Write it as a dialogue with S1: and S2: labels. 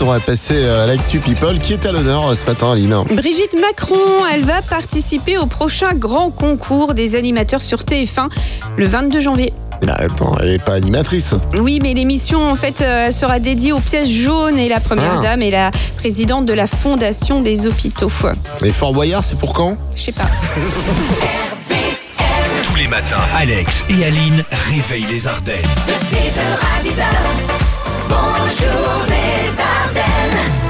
S1: on va passer à l'actu people qui est à l'honneur ce matin, Aline.
S2: Brigitte Macron, elle va participer au prochain grand concours des animateurs sur TF1 le 22 janvier.
S1: Bah, attends, elle n'est pas animatrice.
S2: Oui, mais l'émission en fait euh, sera dédiée aux pièces jaunes et la première
S1: Ah.
S2: dame est la présidente de la Fondation des hôpitaux.
S1: Et Fort Boyard, c'est pour quand
S2: Je sais pas.
S3: Tous les matins, Alex et Aline réveillent les Ardennes.
S4: De 6h à 10h, bonjour les Ardennes.